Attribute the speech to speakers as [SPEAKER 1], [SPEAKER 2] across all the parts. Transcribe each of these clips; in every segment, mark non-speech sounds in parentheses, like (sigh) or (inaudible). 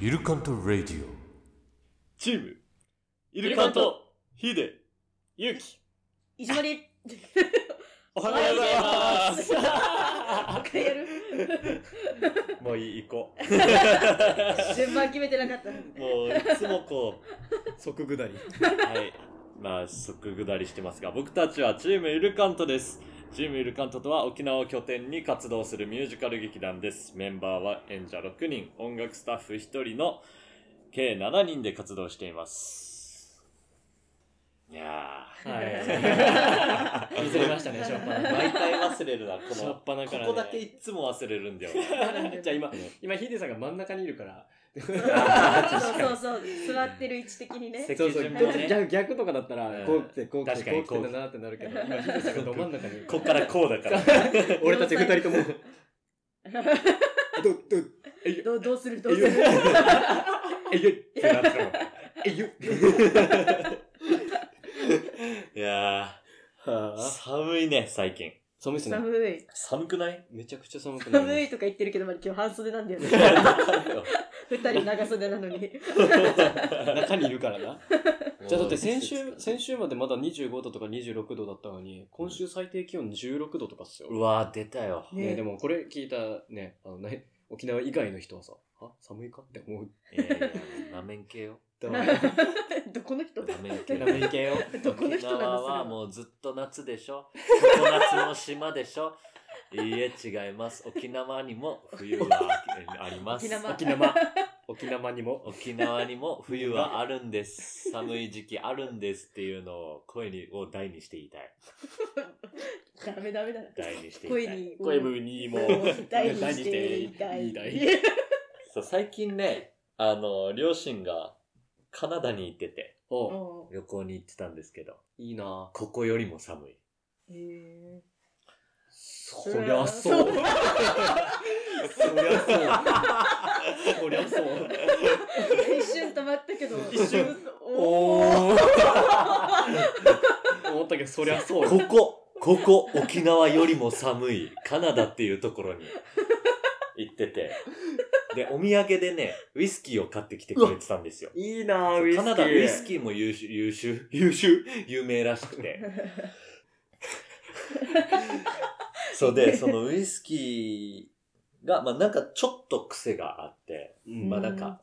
[SPEAKER 1] イルカント・ラディ
[SPEAKER 2] チーム、イルカンと、ヒデ、ユウキ。
[SPEAKER 3] 石森
[SPEAKER 2] お
[SPEAKER 3] お
[SPEAKER 2] はようございます
[SPEAKER 3] もう一回やる
[SPEAKER 2] (laughs) もういい、行こ
[SPEAKER 3] 順番決めてなかったん
[SPEAKER 2] う。
[SPEAKER 3] で
[SPEAKER 2] もう、いつもこう、即下り。はい。まあ、即下りしてますが、僕たちはチームイルカントです。チームイルカントとは沖縄を拠点に活動するミュージカル劇団です。メンバーは演者6人、音楽スタッフ1人の計7人で活動しています。いや
[SPEAKER 4] (laughs) はい。忘れましたね、しょっぱ
[SPEAKER 2] ー、
[SPEAKER 4] な。
[SPEAKER 2] 毎回忘れるな、こ
[SPEAKER 4] しょ
[SPEAKER 2] の
[SPEAKER 4] っ、ぱな
[SPEAKER 2] こ
[SPEAKER 4] から、ね。
[SPEAKER 2] こだけいつも忘れるんだよな。
[SPEAKER 4] じゃあ今、今、ヒデさんが真ん中にいるから。
[SPEAKER 3] そうそうそう座ってる位置的にね
[SPEAKER 2] せ
[SPEAKER 4] そうそう、
[SPEAKER 2] 順もね
[SPEAKER 4] 逆逆とかだったら
[SPEAKER 2] うん、
[SPEAKER 4] こう来て、こう来
[SPEAKER 2] 確か
[SPEAKER 4] て、
[SPEAKER 2] に
[SPEAKER 4] こう来てだなってなるけど、今、ヒデさんがど真ん中にいる。
[SPEAKER 2] こっからこうだから。
[SPEAKER 4] 俺たち二人 (laughs) とも、ど、ど、
[SPEAKER 3] どうどうするどうする
[SPEAKER 4] えゆっ、
[SPEAKER 2] ってなって (laughs) も
[SPEAKER 4] えゆっ。
[SPEAKER 2] いやー、寒いね、最近。
[SPEAKER 4] 寒いっすね。
[SPEAKER 3] 寒い
[SPEAKER 2] 寒くない
[SPEAKER 4] めちゃくちゃ寒くなりま
[SPEAKER 3] 寒
[SPEAKER 4] し
[SPEAKER 3] いとか言ってるけどまだ今日半袖なんだよね二人長袖なのに
[SPEAKER 4] た。中にいるから (laughs) な。 (laughs) じゃあだって先週、先
[SPEAKER 2] 週。
[SPEAKER 4] 週までまだ25度とか26度だったのに、今週最低気温16度とかっすよ。
[SPEAKER 2] うわー、出たよ。
[SPEAKER 3] ね
[SPEAKER 4] ね、でもこれ聞いたね、あのね、沖縄以外の人はさ、あ、寒いかって思う。
[SPEAKER 2] いやいや、なめん系よ。
[SPEAKER 4] だ
[SPEAKER 3] どこの人
[SPEAKER 2] なめん系。
[SPEAKER 4] (laughs) ラメイ系よ。
[SPEAKER 3] どこの
[SPEAKER 2] 沖
[SPEAKER 3] 人
[SPEAKER 2] 縄
[SPEAKER 3] なの
[SPEAKER 2] は
[SPEAKER 3] それ
[SPEAKER 2] もうずっと夏でしょ。 (laughs) 常夏の島でしょ。いいえ、違います。沖縄にも冬はえあります。
[SPEAKER 4] 沖縄。沖縄にも。
[SPEAKER 2] 沖縄にも冬はあるんです。寒い時期あるんですっていうのを声にを大にして言いたい。
[SPEAKER 3] ダメダメだな
[SPEAKER 2] 大にして言い
[SPEAKER 3] 声
[SPEAKER 2] たい。
[SPEAKER 3] に
[SPEAKER 4] 声部にも。
[SPEAKER 3] 大にしていた
[SPEAKER 4] い
[SPEAKER 3] い
[SPEAKER 4] い大
[SPEAKER 2] そう、最近ね、あの、両親がカナダに行ってて、
[SPEAKER 4] おう
[SPEAKER 3] お
[SPEAKER 2] 旅行に行ってたんですけど、
[SPEAKER 4] いいな
[SPEAKER 2] ここよりも寒い。
[SPEAKER 3] へえ
[SPEAKER 4] そりゃそう。そりゃそう。そりゃそう。
[SPEAKER 3] 一瞬止まったけど
[SPEAKER 4] 一瞬
[SPEAKER 3] おお
[SPEAKER 4] おお。思ったけど、そりゃそうよ。
[SPEAKER 2] ここ、ここ、沖縄よりも寒い、カナダっていうところに行ってて、で、お土産でね、ウイスキーを買ってきてくれてたんですよ。
[SPEAKER 4] いいな
[SPEAKER 2] そうカナダウイス
[SPEAKER 4] キ
[SPEAKER 2] キーも優秀、優秀、優秀、有名らしくて。 (laughs) そうで、そのウイスキーが、まあなんかちょっと癖があって、
[SPEAKER 4] ー
[SPEAKER 2] まあなんか、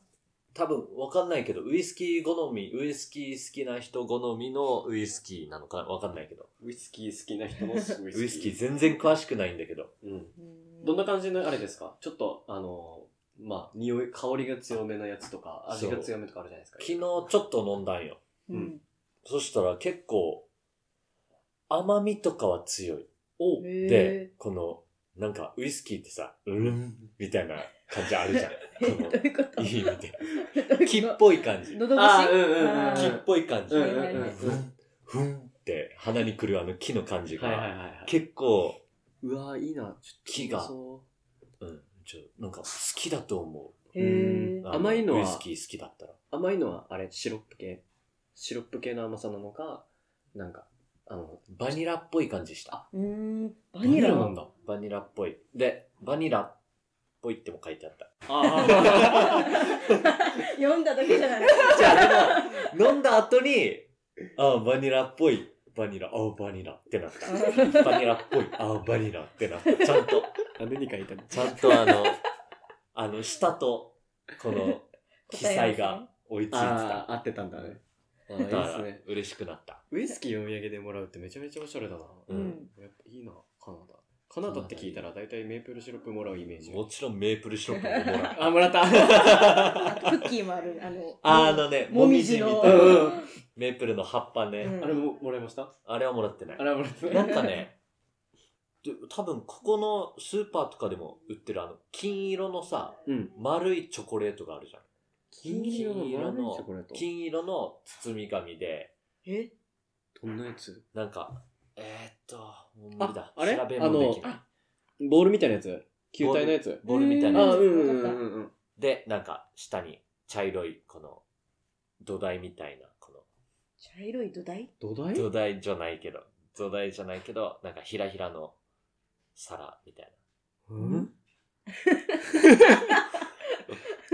[SPEAKER 2] 多分わかんないけど、ウイスキー好み、ウイスキー好きな人好みのウイスキーなのかわかんないけど。
[SPEAKER 4] ウイスキー好きな人のウイスキー。
[SPEAKER 2] ウイスキー全然詳しくないんだけど。
[SPEAKER 4] うん。どんな感じのあれですかちょっと、あのー、まあ、匂い、香りが強めなやつとか、味が強めとかあるじゃないですか。
[SPEAKER 2] 昨日ちょっと飲んだんよ。
[SPEAKER 3] うん
[SPEAKER 2] そしたら結構、甘みとかは強い。
[SPEAKER 4] おう
[SPEAKER 2] で
[SPEAKER 3] へ、
[SPEAKER 2] この、なんかウイスキーってさ、うるん、みたいな感じあるじゃん。
[SPEAKER 3] え (laughs) どういうこ
[SPEAKER 2] こ
[SPEAKER 3] と
[SPEAKER 2] の、いい意味で。
[SPEAKER 3] どういうこと
[SPEAKER 2] 木っぽい感じ。
[SPEAKER 3] 喉
[SPEAKER 4] あー
[SPEAKER 3] 越し
[SPEAKER 4] うんうんうん。
[SPEAKER 3] あー
[SPEAKER 2] 木っぽい感じ。
[SPEAKER 4] うんう
[SPEAKER 2] ふ
[SPEAKER 4] んうん。
[SPEAKER 2] ん、ふんって鼻にくるあの木の感じ
[SPEAKER 4] はいはい
[SPEAKER 2] が、
[SPEAKER 4] はいはい。
[SPEAKER 2] 結構、
[SPEAKER 4] うわーいいな。ちょっと
[SPEAKER 2] 木が
[SPEAKER 4] そ
[SPEAKER 2] うん、ちょ、なんか好きだと思
[SPEAKER 3] へえ
[SPEAKER 2] う。
[SPEAKER 4] 甘いのは
[SPEAKER 2] ウイスキー好きだったら。
[SPEAKER 4] う甘いのは、あれ、シロップ系。シロップ系の甘さなのか、なんか、あの、
[SPEAKER 2] バニラっぽい感じした。
[SPEAKER 3] うーんバ
[SPEAKER 4] バ
[SPEAKER 3] ニ
[SPEAKER 4] ニラ
[SPEAKER 3] ラ
[SPEAKER 4] なんだ。
[SPEAKER 2] バニラっぽい。で、バニラっぽいっても書いてあ
[SPEAKER 4] (laughs)
[SPEAKER 2] った。
[SPEAKER 4] あ
[SPEAKER 3] (laughs) 読んだだけじゃない
[SPEAKER 2] じゃあでも、飲んだ後に、あバニラっぽい。バニラ、あバニラってなった。バニラっぽい。あバニラってなった。ちゃんと、
[SPEAKER 4] あ。何書いたの
[SPEAKER 2] ちゃんとあの、 (laughs) あの、下と、この、記載が追いついて
[SPEAKER 4] あ
[SPEAKER 2] た。
[SPEAKER 4] あ、合ってたんだね。あーい
[SPEAKER 2] だ
[SPEAKER 4] い
[SPEAKER 2] か
[SPEAKER 4] っす
[SPEAKER 2] ら
[SPEAKER 4] ね。、
[SPEAKER 2] 嬉しくなった。
[SPEAKER 4] ウイスキーお土産でもらうってめちゃめちゃおしゃれだな。
[SPEAKER 2] う
[SPEAKER 3] うんん
[SPEAKER 4] やっぱいいな、カナダ。カナダって聞いたら大体メープルシロップもらうイメージ。
[SPEAKER 2] もちろんメープルシロップももらう。
[SPEAKER 4] あ、もらった。 (laughs)
[SPEAKER 3] あとクッキーもあるあの
[SPEAKER 2] あのね、
[SPEAKER 3] もみじの
[SPEAKER 2] み
[SPEAKER 4] たいな
[SPEAKER 3] うん
[SPEAKER 2] メープルの葉っぱね、
[SPEAKER 3] うん
[SPEAKER 4] あれももらいました
[SPEAKER 2] あれはもらってない
[SPEAKER 4] あ。れはもらって
[SPEAKER 2] な
[SPEAKER 4] ない。
[SPEAKER 2] んかね、で多分ここのスーパーとかでも売ってるあの金色のさ、
[SPEAKER 4] うん。
[SPEAKER 2] 丸いチョコレートがあるじゃん。
[SPEAKER 4] 金色の丸いチョコレート。
[SPEAKER 2] 金色の包み紙で、
[SPEAKER 3] え
[SPEAKER 4] どんなやつ
[SPEAKER 2] なんか、えー、っと、もう無理だ。
[SPEAKER 4] ああれ
[SPEAKER 2] 調べもできない。
[SPEAKER 4] ボールみたいなやつ球体のやつ
[SPEAKER 2] ボールみたい
[SPEAKER 4] あ、
[SPEAKER 2] なやつ。
[SPEAKER 4] うんうんうんうん。
[SPEAKER 2] で、なんか下に茶色いこの土台みたいな、こ
[SPEAKER 3] 茶色い土台
[SPEAKER 4] 土
[SPEAKER 2] の
[SPEAKER 4] 台
[SPEAKER 2] 土台じゃないけど、土台じゃないけど、なんかひらひらの
[SPEAKER 4] (laughs)
[SPEAKER 2] 皿みたいな。
[SPEAKER 4] うん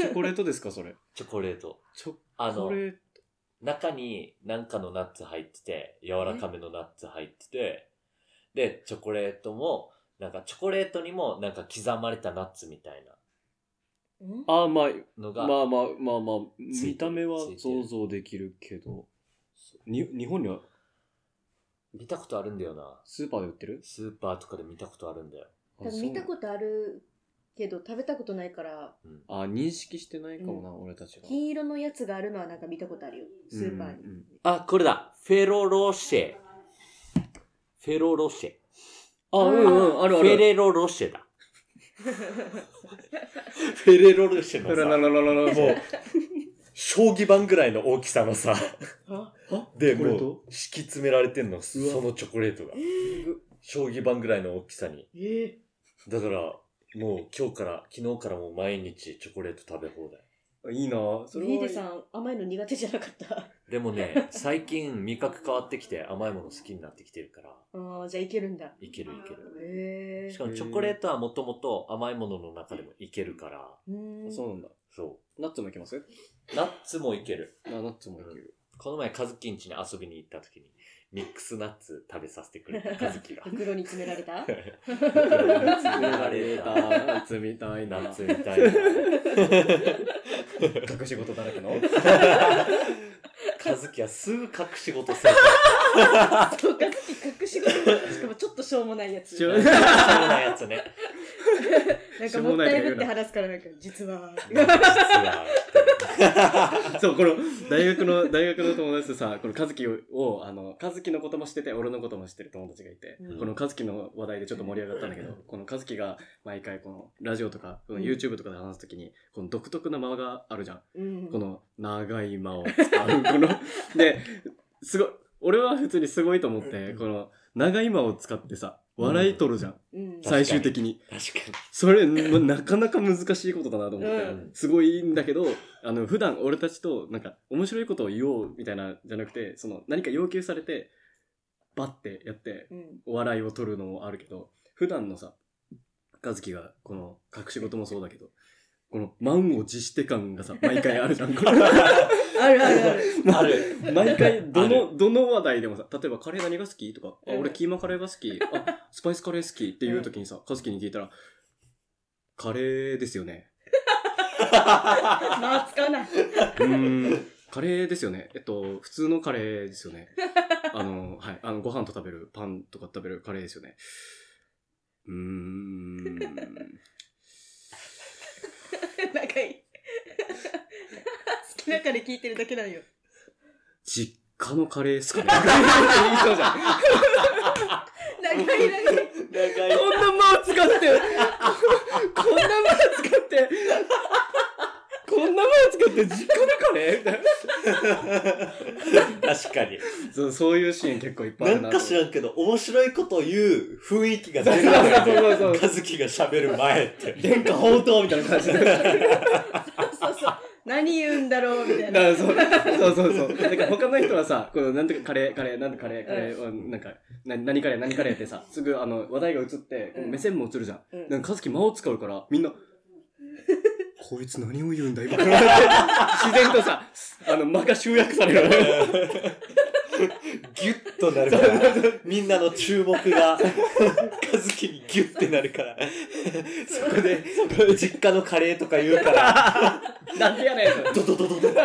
[SPEAKER 4] チョコレートですか、それ。
[SPEAKER 2] チョコレート。
[SPEAKER 4] チョ
[SPEAKER 2] あの
[SPEAKER 4] コ、レート。
[SPEAKER 2] 中に何かのナッツ入ってて、柔らかめのナッツ入ってて、で、チョコレートも、なんかチョコレートにもなんか刻まれたナッツみたい
[SPEAKER 3] うん
[SPEAKER 4] ああ、まあ、
[SPEAKER 2] なの
[SPEAKER 4] ま
[SPEAKER 2] が、
[SPEAKER 4] あまあまあまあ、
[SPEAKER 2] ついてる
[SPEAKER 4] 見た目は
[SPEAKER 2] ついてる
[SPEAKER 4] 想像できるけど、に日本には
[SPEAKER 2] 見たことあるんだよな。
[SPEAKER 4] スーパーで売ってる
[SPEAKER 2] スーパーとかで見たことあるんだよ。
[SPEAKER 4] あ
[SPEAKER 3] 多分見た
[SPEAKER 4] と
[SPEAKER 3] ことあるけど食べたことないから
[SPEAKER 2] うん。
[SPEAKER 4] あ、認識してないかもな、俺たちが。
[SPEAKER 3] 金色のやつがあるのはなんか見たことあるよスーパーに、
[SPEAKER 4] うんうん
[SPEAKER 2] あ、これだ。フェロロシェ。フェロロシェ。
[SPEAKER 4] あ、うんうん、あるある。
[SPEAKER 2] フェレロロシ (laughs) ェだ。フェレロロシェ
[SPEAKER 4] あらら
[SPEAKER 2] のさ、
[SPEAKER 4] ららららもう。
[SPEAKER 2] 将棋盤ぐらいの大きさのさ、
[SPEAKER 4] あ
[SPEAKER 2] で、
[SPEAKER 4] チョコレ
[SPEAKER 2] も
[SPEAKER 4] ー
[SPEAKER 2] う
[SPEAKER 4] ト、
[SPEAKER 2] 敷き詰められてんの、そ
[SPEAKER 4] わ
[SPEAKER 2] のチョコレートが。将棋盤ぐらいの大きさに。
[SPEAKER 3] え
[SPEAKER 2] だから、もう今日から、昨日からもう毎日チョコレート食べ放題。
[SPEAKER 4] いいな
[SPEAKER 3] え
[SPEAKER 4] それ
[SPEAKER 3] リー
[SPEAKER 4] は
[SPEAKER 3] デさん甘いの苦手じゃなかった (laughs) あ
[SPEAKER 2] でも (laughs) ね、最近味覚変わってきて甘いもの好きになってきてるから、
[SPEAKER 3] ーじゃあいけるんだ
[SPEAKER 2] いけるいける。
[SPEAKER 3] へえ
[SPEAKER 2] しかもチョコレートはもともと甘いものの中でもいけるから、
[SPEAKER 3] うーん
[SPEAKER 4] そうなんだ。
[SPEAKER 2] そ
[SPEAKER 4] ナッツもいけます
[SPEAKER 2] う。ナッツもいける。
[SPEAKER 4] あナッツもいける。
[SPEAKER 2] この前、カズキん家に遊びに行った時に、ミックスナッツ食べさせてくれた、カズキが。
[SPEAKER 3] 袋に詰められた
[SPEAKER 2] 詰めら
[SPEAKER 4] ナ
[SPEAKER 2] れた。
[SPEAKER 4] ッツみたい
[SPEAKER 2] ナ
[SPEAKER 4] な。
[SPEAKER 2] ッツみたいな。
[SPEAKER 4] 隠し事だらけの。
[SPEAKER 2] カズキはすぐ隠し事するか
[SPEAKER 3] そうか隠し事しかもちょっとしょうもないやつ
[SPEAKER 4] しょう
[SPEAKER 2] ら。そうなやつね。
[SPEAKER 3] なんかもったいぶって話すからなんか実は
[SPEAKER 2] 実は
[SPEAKER 4] (laughs) そう、この、大学の、大学の友達とさ、この和樹を、あの、和樹のこともしてて、俺のこともしてる友達がいて、
[SPEAKER 3] うん
[SPEAKER 4] この和樹の話題でちょっと盛り上がったんだけど、この和樹が毎回この、ラジオとか、この YouTube とかで話すときに、この独特な間があるじゃん。
[SPEAKER 3] うん
[SPEAKER 4] この、長い間を使う、
[SPEAKER 3] (laughs)
[SPEAKER 4] この、で、すごい、俺は普通にすごいと思って、この、長い間を使ってさ、笑い取るじゃん、
[SPEAKER 3] うん
[SPEAKER 4] 最終的に。
[SPEAKER 2] 確か
[SPEAKER 4] それ、まなかなか難しいことだなと思って、
[SPEAKER 3] うん
[SPEAKER 4] すごいんだけど、あの、普段俺たちと、なんか、面白いことを言おうみたいな、じゃなくて、その、何か要求されて、バッてやって、
[SPEAKER 3] うん
[SPEAKER 4] お笑いを取るのもあるけど、普段のさ、和樹が、この、隠し事もそうだけど、この、満を持して感がさ、毎回あるじゃ
[SPEAKER 3] (laughs)
[SPEAKER 4] ん、こ
[SPEAKER 3] あ
[SPEAKER 4] れ。
[SPEAKER 3] るあるある
[SPEAKER 2] に。ある。
[SPEAKER 4] (laughs) 毎回、ど
[SPEAKER 2] あ
[SPEAKER 4] の、どの話題でもさ、例えばカレー何が好きとか、あ、
[SPEAKER 3] うん
[SPEAKER 4] 俺キーマカレーが好き、あ、スパイスカレー好きっていう時にさ、カズキに聞いたら、カレーですよね。
[SPEAKER 3] まあ使わないう (laughs)
[SPEAKER 4] ーん、カレーですよね。えっと、普通のカレーですよね。あの、はい、あの、ご飯と食べる、パンとか食べるカレーですよね。うーん、
[SPEAKER 3] 仲いい (laughs) 好きな彼聞いてるだけなんよ
[SPEAKER 4] 実家のカレーですかね。 (laughs) 言いそうじゃん。
[SPEAKER 3] 仲いい仲いい
[SPEAKER 2] 長
[SPEAKER 4] こ
[SPEAKER 2] い。
[SPEAKER 4] んな間を使って、ここんな間を使って、こんな間を使って実家のカレーみたいな。
[SPEAKER 2] 確かに。
[SPEAKER 4] そう、そういうシーン結構いっぱいある
[SPEAKER 2] な
[SPEAKER 4] な。
[SPEAKER 2] んか知らんけど、面白いことを言う雰囲気が
[SPEAKER 4] そう
[SPEAKER 2] 出るわけ
[SPEAKER 4] そうそうそう。
[SPEAKER 2] カズキが喋る前って。
[SPEAKER 4] 殿下宝刀みたいな感じで。
[SPEAKER 3] そうそう。何言うんだろうみたいな。
[SPEAKER 4] だそうそうそうそう。なんか他の人はさ、このなんとかカレー、カレー、なんとかカレー、カレー、なんか、な何カレー、何カレーってさ、すぐあの、話題が移って、こう目線も移るじゃん。
[SPEAKER 3] うん
[SPEAKER 4] なんか、かずき間を使うから、 (laughs) みんな、こいつ何を言うんだ、今から。自然とさ、あの、間が集約される。
[SPEAKER 2] ギュッとなるから、みんなの注目が、カズキにギュッてなるから、そこで、実家のカレーとか言うから、
[SPEAKER 4] なんでやねん。
[SPEAKER 2] ドドドドドって。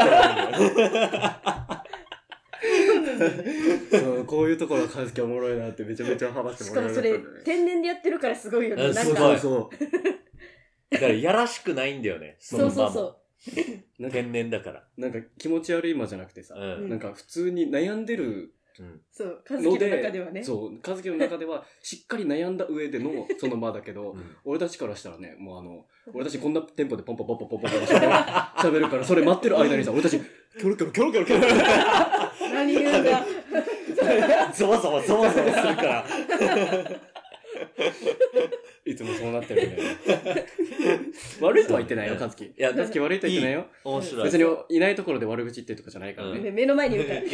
[SPEAKER 4] そう、こういうところカズキおもろいなってめちゃめちゃハマって
[SPEAKER 3] し
[SPEAKER 4] も
[SPEAKER 3] からも
[SPEAKER 4] え
[SPEAKER 3] そ
[SPEAKER 4] たん
[SPEAKER 3] れ
[SPEAKER 4] だよね、。
[SPEAKER 3] 天然でやってるからすごいよね。
[SPEAKER 2] う
[SPEAKER 3] なんんか、
[SPEAKER 2] す
[SPEAKER 4] そ
[SPEAKER 2] ご
[SPEAKER 4] う
[SPEAKER 2] い
[SPEAKER 4] そ
[SPEAKER 2] だから、やらしくないんだよね、そ
[SPEAKER 3] そ
[SPEAKER 2] の
[SPEAKER 3] うそ
[SPEAKER 2] ま
[SPEAKER 3] うそう
[SPEAKER 2] ま。。
[SPEAKER 4] う。なんか、
[SPEAKER 2] 天然だから。
[SPEAKER 4] なんか気持ち悪い間じゃなくてさ
[SPEAKER 2] う、ん。
[SPEAKER 4] なんか普通に悩んでる
[SPEAKER 2] うん
[SPEAKER 3] そう。和樹の
[SPEAKER 4] ので、
[SPEAKER 3] 中ではね。
[SPEAKER 4] そう、和樹の中では、しっかり悩んだ上での、その間だけど
[SPEAKER 2] う、ん
[SPEAKER 4] 俺たちからしたらね、もうあの、俺たちこんなテンポでポンポンポンポンポンポンポン喋る喋るから、それ待ってる間にさ、俺たち、キョロキョロキョロキョロキョロ
[SPEAKER 3] 何言うんだ。
[SPEAKER 2] ざわざわざわざわするから。
[SPEAKER 4] いつもそうなってるんだよね。悪いとは言ってないよ、
[SPEAKER 2] うん
[SPEAKER 4] 和樹。
[SPEAKER 2] いや、
[SPEAKER 4] 和樹悪いとは言ってないよ。
[SPEAKER 2] 面白い。
[SPEAKER 4] 別にいないところで悪口言ってるとかじゃないから
[SPEAKER 2] うん
[SPEAKER 4] ね。
[SPEAKER 3] 目の前にいるから。
[SPEAKER 2] そう、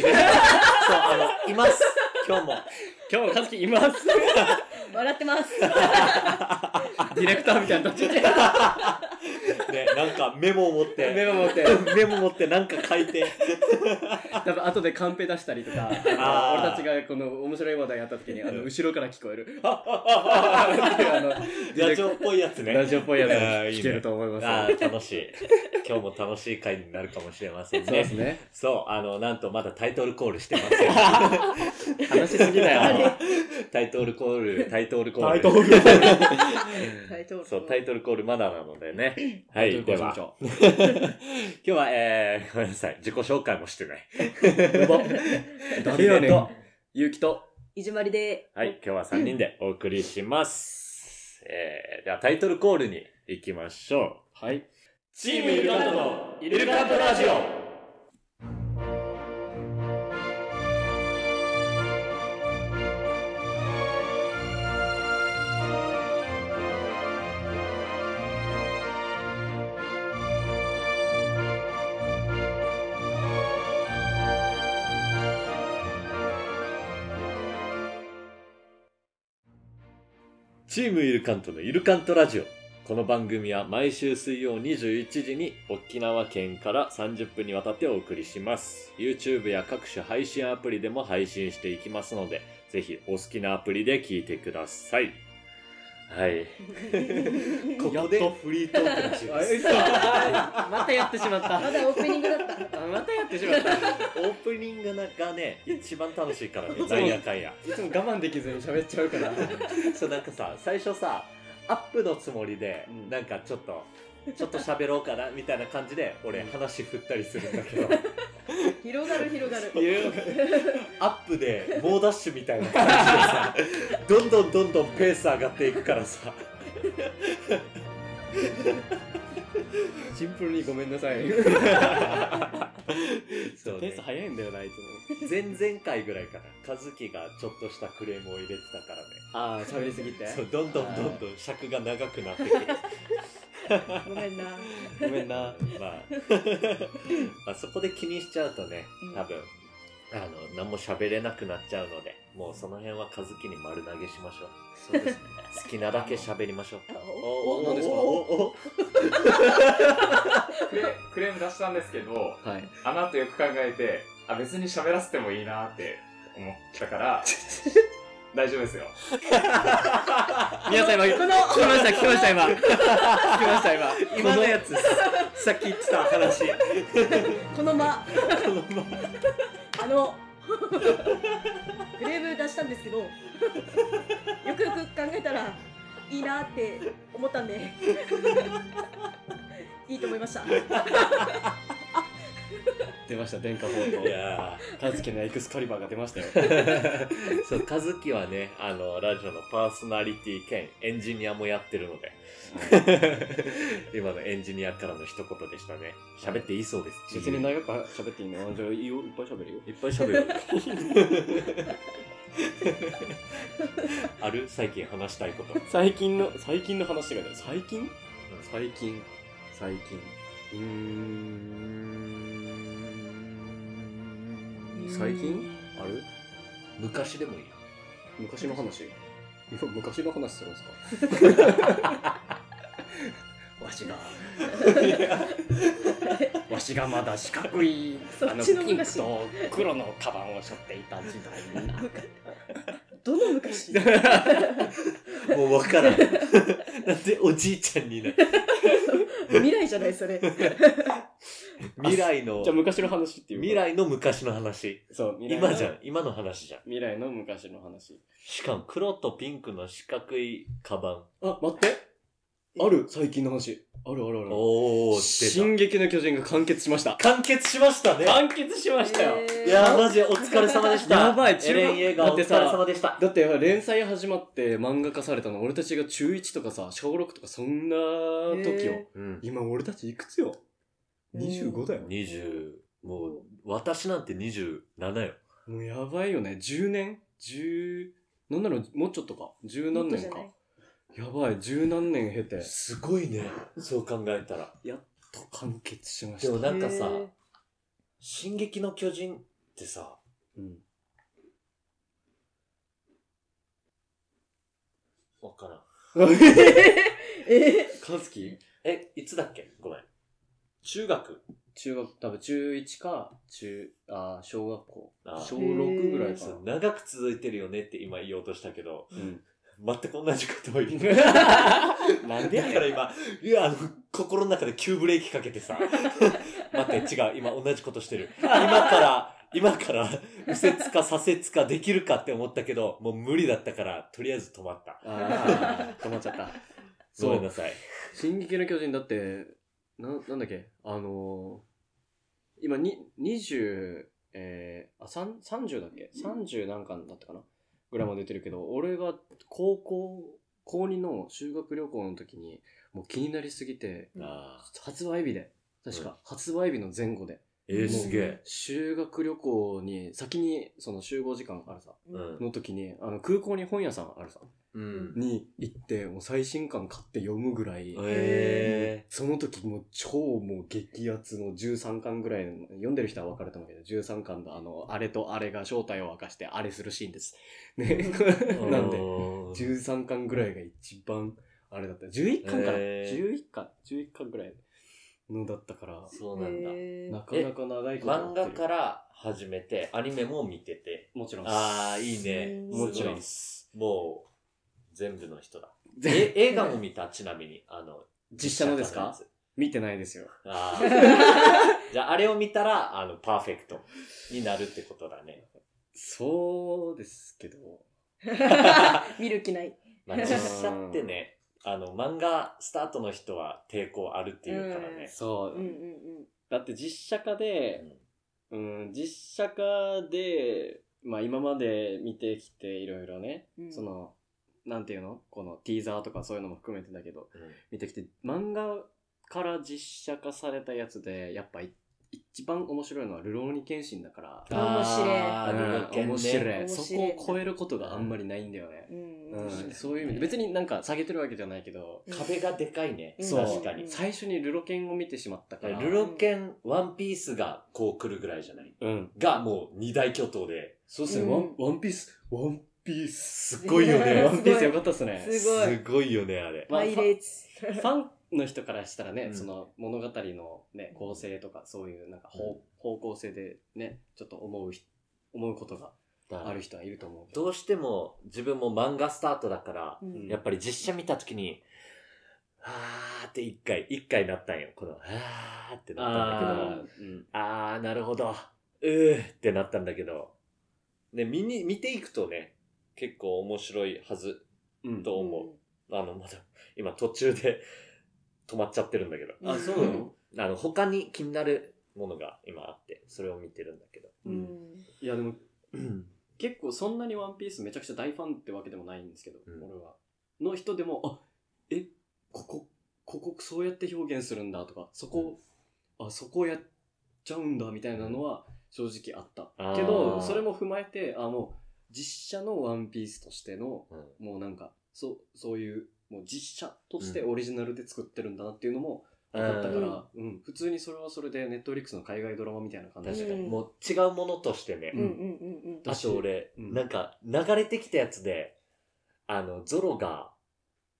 [SPEAKER 2] あの、います。今日も、今日もかずきいます。
[SPEAKER 3] 笑ってます。
[SPEAKER 4] ディレクターみたいになっちゃって。
[SPEAKER 2] ね、なんかメモを持って、
[SPEAKER 4] メモ持って。
[SPEAKER 2] メモ持ってなんか書いて。
[SPEAKER 4] 多分後でカンペ出したりとか、
[SPEAKER 2] あー
[SPEAKER 4] 俺たちがこの面白い話題やった時に、あ
[SPEAKER 2] う
[SPEAKER 4] の、
[SPEAKER 2] ん
[SPEAKER 4] 後ろから聞こえる。あの
[SPEAKER 2] ラ
[SPEAKER 4] ディレク
[SPEAKER 2] ジオっぽいやつね。
[SPEAKER 4] ラジオっぽいやつ
[SPEAKER 2] あーいいね
[SPEAKER 4] 聞けると思います。
[SPEAKER 2] ああ、楽しい。今日も楽しい回になるかもしれません
[SPEAKER 4] そうです
[SPEAKER 2] ね。
[SPEAKER 4] ね。
[SPEAKER 2] そう、あの、なんとまだタイトルコールしてません。
[SPEAKER 4] 話しすぎだよ。
[SPEAKER 2] タイトルコール、タイトルコール。
[SPEAKER 3] タイトル。
[SPEAKER 2] そう、タイトルコールまだなのでね。は、
[SPEAKER 4] はい
[SPEAKER 2] では。今日は、えー、ごめんなさい。自己紹介もしてない。
[SPEAKER 4] 誰やねん
[SPEAKER 2] と。
[SPEAKER 4] ゆうきと。
[SPEAKER 3] いじまりで。
[SPEAKER 2] はい、今日は3人でお送りします。えー、ではタイトルコールに行きましょう。
[SPEAKER 4] はい。
[SPEAKER 2] チ
[SPEAKER 3] ームイルカントの
[SPEAKER 2] イルカントラジオチームイルカントのイルカントラジオこの番組は毎週水曜21時に沖縄県から30分にわたってお送りします。YouTube や各種配信アプリでも配信していきますので、ぜひお好きなアプリで聞いてください。はい。ここでフリートークらしい
[SPEAKER 4] あ
[SPEAKER 2] で
[SPEAKER 4] 嘘
[SPEAKER 2] す。
[SPEAKER 4] またやってしまった。
[SPEAKER 3] まだオープニングだった。
[SPEAKER 4] あまたやってしまった。
[SPEAKER 2] (laughs) オープニングがね、一番楽しいからね、
[SPEAKER 4] そう
[SPEAKER 2] なんやかんや。
[SPEAKER 4] いつも我慢できずに喋っちゃうから。
[SPEAKER 2] そうなんかさ最初さアップのつもりで、
[SPEAKER 4] うん
[SPEAKER 2] なんかちょっとちょっと喋ろうかなみたいな感じで俺話振ったりするんだけど
[SPEAKER 3] 広がる広がる。
[SPEAKER 2] アップで猛ダッシュみたいな感じでさどんどんどんどんペース上がっていくからさ
[SPEAKER 4] シンプルにごめんなさい。
[SPEAKER 2] そう、
[SPEAKER 4] ペ
[SPEAKER 2] ね
[SPEAKER 4] ース、早いんだよな、いつも。
[SPEAKER 2] 前々回ぐらいかな和樹がちょっとしたクレームを入れてたからね
[SPEAKER 4] あ
[SPEAKER 2] (laughs)
[SPEAKER 4] あ、喋りすぎて。
[SPEAKER 2] そうどんどんどんどん尺が長くなってくる
[SPEAKER 3] ごめんな。
[SPEAKER 4] ごめんな。
[SPEAKER 2] まあ、まあそこで気にしちゃうとね
[SPEAKER 3] うん
[SPEAKER 2] 多分、あの何も喋れなくなっちゃうのでもうその辺は和樹に丸投げしましょう
[SPEAKER 4] そうですね。
[SPEAKER 2] 好きなだけ喋りましょう
[SPEAKER 3] お
[SPEAKER 4] お何ですか
[SPEAKER 2] お
[SPEAKER 5] クレクレーム出したんですけど、
[SPEAKER 4] はい。
[SPEAKER 5] あの後よく考えて、あ、別に喋らせてもいいなって思ったから、大丈夫ですよ。
[SPEAKER 4] 皆さん今、聞きました、聞き
[SPEAKER 2] (laughs)
[SPEAKER 4] ました、今。聞きました、今。
[SPEAKER 2] 今のやつさっき言ってた話
[SPEAKER 3] この間。あの。グレーム出したんですけど。よくよく考えたら。いいなって思ったんで。いいと思いました。
[SPEAKER 4] 出ました、電化宝
[SPEAKER 2] いや
[SPEAKER 4] 刀。和樹のエクスカリバーが出ましたよ。
[SPEAKER 2] (laughs) ーそう和樹はねあのラジオのパーソナリティ兼エンジニアもやってるので (laughs) 今のエンジニアからの一言でしたね喋っていいそうです
[SPEAKER 4] 別に長く喋っていいのじゃあ、いいよ、いっぱい喋るよ。
[SPEAKER 2] いっぱい喋 (laughs) る。ある最近話したいこと。
[SPEAKER 4] 最近の、最近の話がね、最近最近。最近。うーん。最近ある
[SPEAKER 2] 昔でもいいよ。
[SPEAKER 4] 昔の話今昔の話するんですか (laughs) わしがわしがまだ四角い
[SPEAKER 3] そっ
[SPEAKER 4] あの
[SPEAKER 3] ちの
[SPEAKER 4] ピンク
[SPEAKER 3] 昔
[SPEAKER 4] と黒のカバンを背負っていた時代に
[SPEAKER 3] どの昔。
[SPEAKER 2] もうわ (laughs) からん。なんでおじいちゃんになる
[SPEAKER 3] 未来じゃない、それ。
[SPEAKER 2] 未来の
[SPEAKER 4] (laughs) じゃあ、昔の話っていうか
[SPEAKER 2] 未来の昔の話。
[SPEAKER 4] そう未来の
[SPEAKER 2] 今じゃん。今の話じゃん。
[SPEAKER 4] 未来の昔の話
[SPEAKER 2] しかも黒とピンクの四角いカバ
[SPEAKER 4] あ待ってある最近の話あるあるあ
[SPEAKER 2] ン。
[SPEAKER 4] る
[SPEAKER 2] おー、出
[SPEAKER 4] 進撃の巨人が完結しました
[SPEAKER 2] た。完結しましたね。
[SPEAKER 4] 完結しましたよ、
[SPEAKER 3] えー
[SPEAKER 2] いやー、マジお疲れ様でした。
[SPEAKER 4] やばい
[SPEAKER 2] エレン・イェーガー
[SPEAKER 4] だっ
[SPEAKER 2] お
[SPEAKER 4] て
[SPEAKER 2] 疲
[SPEAKER 4] さ
[SPEAKER 2] れ様でした。
[SPEAKER 4] だって連載始まって漫画化されたの俺たちが中1とかさ小6とかそんな時よ、
[SPEAKER 3] へ
[SPEAKER 2] うん。
[SPEAKER 4] 今俺たちいくつよ25だよ、
[SPEAKER 2] 20、もう、私なんて27よ。
[SPEAKER 4] もうやばいよね10年10なんならもうちょっとか十何年か
[SPEAKER 3] もっ
[SPEAKER 4] やばい十何年経て
[SPEAKER 2] すごいね。そう考えたら。
[SPEAKER 4] やっと完結しまし
[SPEAKER 2] で
[SPEAKER 4] た
[SPEAKER 2] もなんか
[SPEAKER 3] へ
[SPEAKER 2] さ
[SPEAKER 3] ー、
[SPEAKER 2] 進撃の巨人ってさ、
[SPEAKER 4] うん
[SPEAKER 2] わからん。
[SPEAKER 3] え
[SPEAKER 2] かずきえ、いつだっけごめん。中学
[SPEAKER 4] 中学、多分中1か、中、あー小学校。
[SPEAKER 2] あ
[SPEAKER 4] 小6ぐらいか
[SPEAKER 2] そ
[SPEAKER 4] な
[SPEAKER 2] う。長く続いてるよねって今言おうとしたけど、
[SPEAKER 4] うん。
[SPEAKER 2] 全く同じことを言
[SPEAKER 4] (laughs)
[SPEAKER 2] って
[SPEAKER 4] なんで
[SPEAKER 2] だか
[SPEAKER 4] やねん
[SPEAKER 2] ら今、いや、あの、心の中で急ブレーキかけてさ、 (laughs) 待って、違う、今同じことしてる。今から、今から、右折か左折かできるかって思ったけど、もう無理だったから、とりあえず止まった。
[SPEAKER 4] あー止まっちゃった。
[SPEAKER 2] ご
[SPEAKER 4] そう
[SPEAKER 2] めんなさい。
[SPEAKER 4] 進撃の巨人だって、な、なんだっけあのー、今に、20、えー、あ、三30だっけ ?30 何巻だったかなぐらいまで出てるけど、俺が高校、高2の修学旅行の時に、もう気になりすぎて、
[SPEAKER 2] あー
[SPEAKER 4] 発売日で、確か、発売日の前後で、
[SPEAKER 2] えー、すげえ。
[SPEAKER 4] 修学旅行に、先に、その集合時間あるさ、
[SPEAKER 2] うん。
[SPEAKER 4] の時に、あの、空港に本屋さんあるさ、
[SPEAKER 2] うん。
[SPEAKER 4] に行って、もう最新刊買って読むぐらい、
[SPEAKER 2] え
[SPEAKER 4] その時もう超もう激アツの13巻ぐらいの、読んでる人は分かると思うけど、13巻のあの、あれとあれが正体を明かしてあれするシーンです。ね。
[SPEAKER 2] ー。
[SPEAKER 4] なんで、
[SPEAKER 2] おー
[SPEAKER 4] 13巻ぐらいが一番あれだった。11巻かな、
[SPEAKER 2] へー
[SPEAKER 4] ?11 巻、11巻ぐらいのだったから、
[SPEAKER 2] そうなんだ。
[SPEAKER 3] え
[SPEAKER 4] なかなか長いことやっ
[SPEAKER 2] 漫
[SPEAKER 4] てる
[SPEAKER 2] 画から始めて、アニメも見てて。
[SPEAKER 4] もちろん。
[SPEAKER 2] ああ、いいね。
[SPEAKER 3] も
[SPEAKER 4] ちろ
[SPEAKER 2] すご
[SPEAKER 4] ん
[SPEAKER 2] いっす。もう、全部の人だ。
[SPEAKER 4] 全
[SPEAKER 2] え映画も見た、ちなみに。あの、
[SPEAKER 4] 実写のです
[SPEAKER 2] や
[SPEAKER 4] か
[SPEAKER 2] つ
[SPEAKER 4] (laughs) 見てないですよ。
[SPEAKER 2] あーじゃあ、あれを見たら、あの、パーフェクトになるってことだね。
[SPEAKER 4] そうですけど。
[SPEAKER 3] (laughs) 見る気ない。
[SPEAKER 2] まあ、実写ってね、あの、漫画スタートの人は抵抗あるっていうからね。
[SPEAKER 4] そう。
[SPEAKER 3] うんうんうん。
[SPEAKER 4] だって実写化で、うん、実写化で、まあ今まで見てきていろいろね、
[SPEAKER 3] うん
[SPEAKER 4] その、なんていうのこのティーザーとかそういうのも含めてだけど、
[SPEAKER 2] うん
[SPEAKER 4] 見てきて、漫画から実写化されたやつで、やっぱい一番面白いのはルローニケンシンだから、
[SPEAKER 3] 面白い
[SPEAKER 2] あールロケンね
[SPEAKER 4] 面
[SPEAKER 3] 面
[SPEAKER 4] 白
[SPEAKER 3] 白い
[SPEAKER 4] い。そこを超えることがあんまりないんだよね
[SPEAKER 3] う。ん
[SPEAKER 4] う
[SPEAKER 3] うん
[SPEAKER 4] ん、そういう意味で、別になんか下げてるわけじゃないけど、
[SPEAKER 2] 壁がでかいね。
[SPEAKER 3] うん
[SPEAKER 4] そう
[SPEAKER 2] 確かに。
[SPEAKER 4] 最初にルロケンを見てしまったから、
[SPEAKER 2] ルロケン、ワンピースがこう来るぐらいじゃない
[SPEAKER 4] うん。
[SPEAKER 2] が、もう二大巨頭で。
[SPEAKER 4] そうっすね、
[SPEAKER 3] うん
[SPEAKER 4] ワンワンピース、ワンピース。
[SPEAKER 2] すっごいよ
[SPEAKER 3] え
[SPEAKER 2] ね。
[SPEAKER 3] ー
[SPEAKER 4] ワンピースよかったっすね。
[SPEAKER 3] すごい。
[SPEAKER 2] ごいよね、あれ。
[SPEAKER 4] まあ
[SPEAKER 3] パイレーツ。
[SPEAKER 4] ファンの人からしたらね、
[SPEAKER 2] うん
[SPEAKER 4] その物語の、ね、構成とかそういうなんか方,、方向性でねちょっと思うひ思うことがある人はいると思うけど
[SPEAKER 2] どうしても自分も漫画スタートだから、
[SPEAKER 3] うん
[SPEAKER 2] やっぱり実写見た時に、あーって一回、一回なったんよ。この、あーってなったんだけど、
[SPEAKER 4] あーうん
[SPEAKER 2] あー、なるほど。うーってなったんだけど、ね、見に、見ていくとね、結構面白いはず
[SPEAKER 4] うん
[SPEAKER 2] と思う。あの、まだ、今途中で (laughs) 止まっちゃってるんだけど。
[SPEAKER 3] うん
[SPEAKER 4] あそうなの
[SPEAKER 2] あの、他に気になるものが今あって、それを見てるんだけど。
[SPEAKER 3] う
[SPEAKER 4] うん
[SPEAKER 3] ん。
[SPEAKER 4] いやでも
[SPEAKER 2] うん。
[SPEAKER 4] 結構そんなに「ワンピースめちゃくちゃ大ファンってわけでもないんですけど、
[SPEAKER 2] うん
[SPEAKER 4] 俺はの人でもあえここここそうやって表現するんだとかそこ、あそこやっちゃうんだみたいなのは正直あった、
[SPEAKER 2] あー
[SPEAKER 4] けどそれも踏まえてあもう実写の「ワンピースとしての
[SPEAKER 2] うん
[SPEAKER 4] もうなんかそうそういうもう実写としてオリジナルで作ってるんだなっていうのも分かったから、うん普通にそれはそれでネットフリックスの海外ドラマみたいな感じ
[SPEAKER 2] 確
[SPEAKER 4] で
[SPEAKER 2] かに、
[SPEAKER 3] うん
[SPEAKER 2] もう違うものとしてね、
[SPEAKER 3] うんうんうん
[SPEAKER 2] あと俺、
[SPEAKER 4] うん
[SPEAKER 2] なんか流れてきたやつで、あの、ゾロが、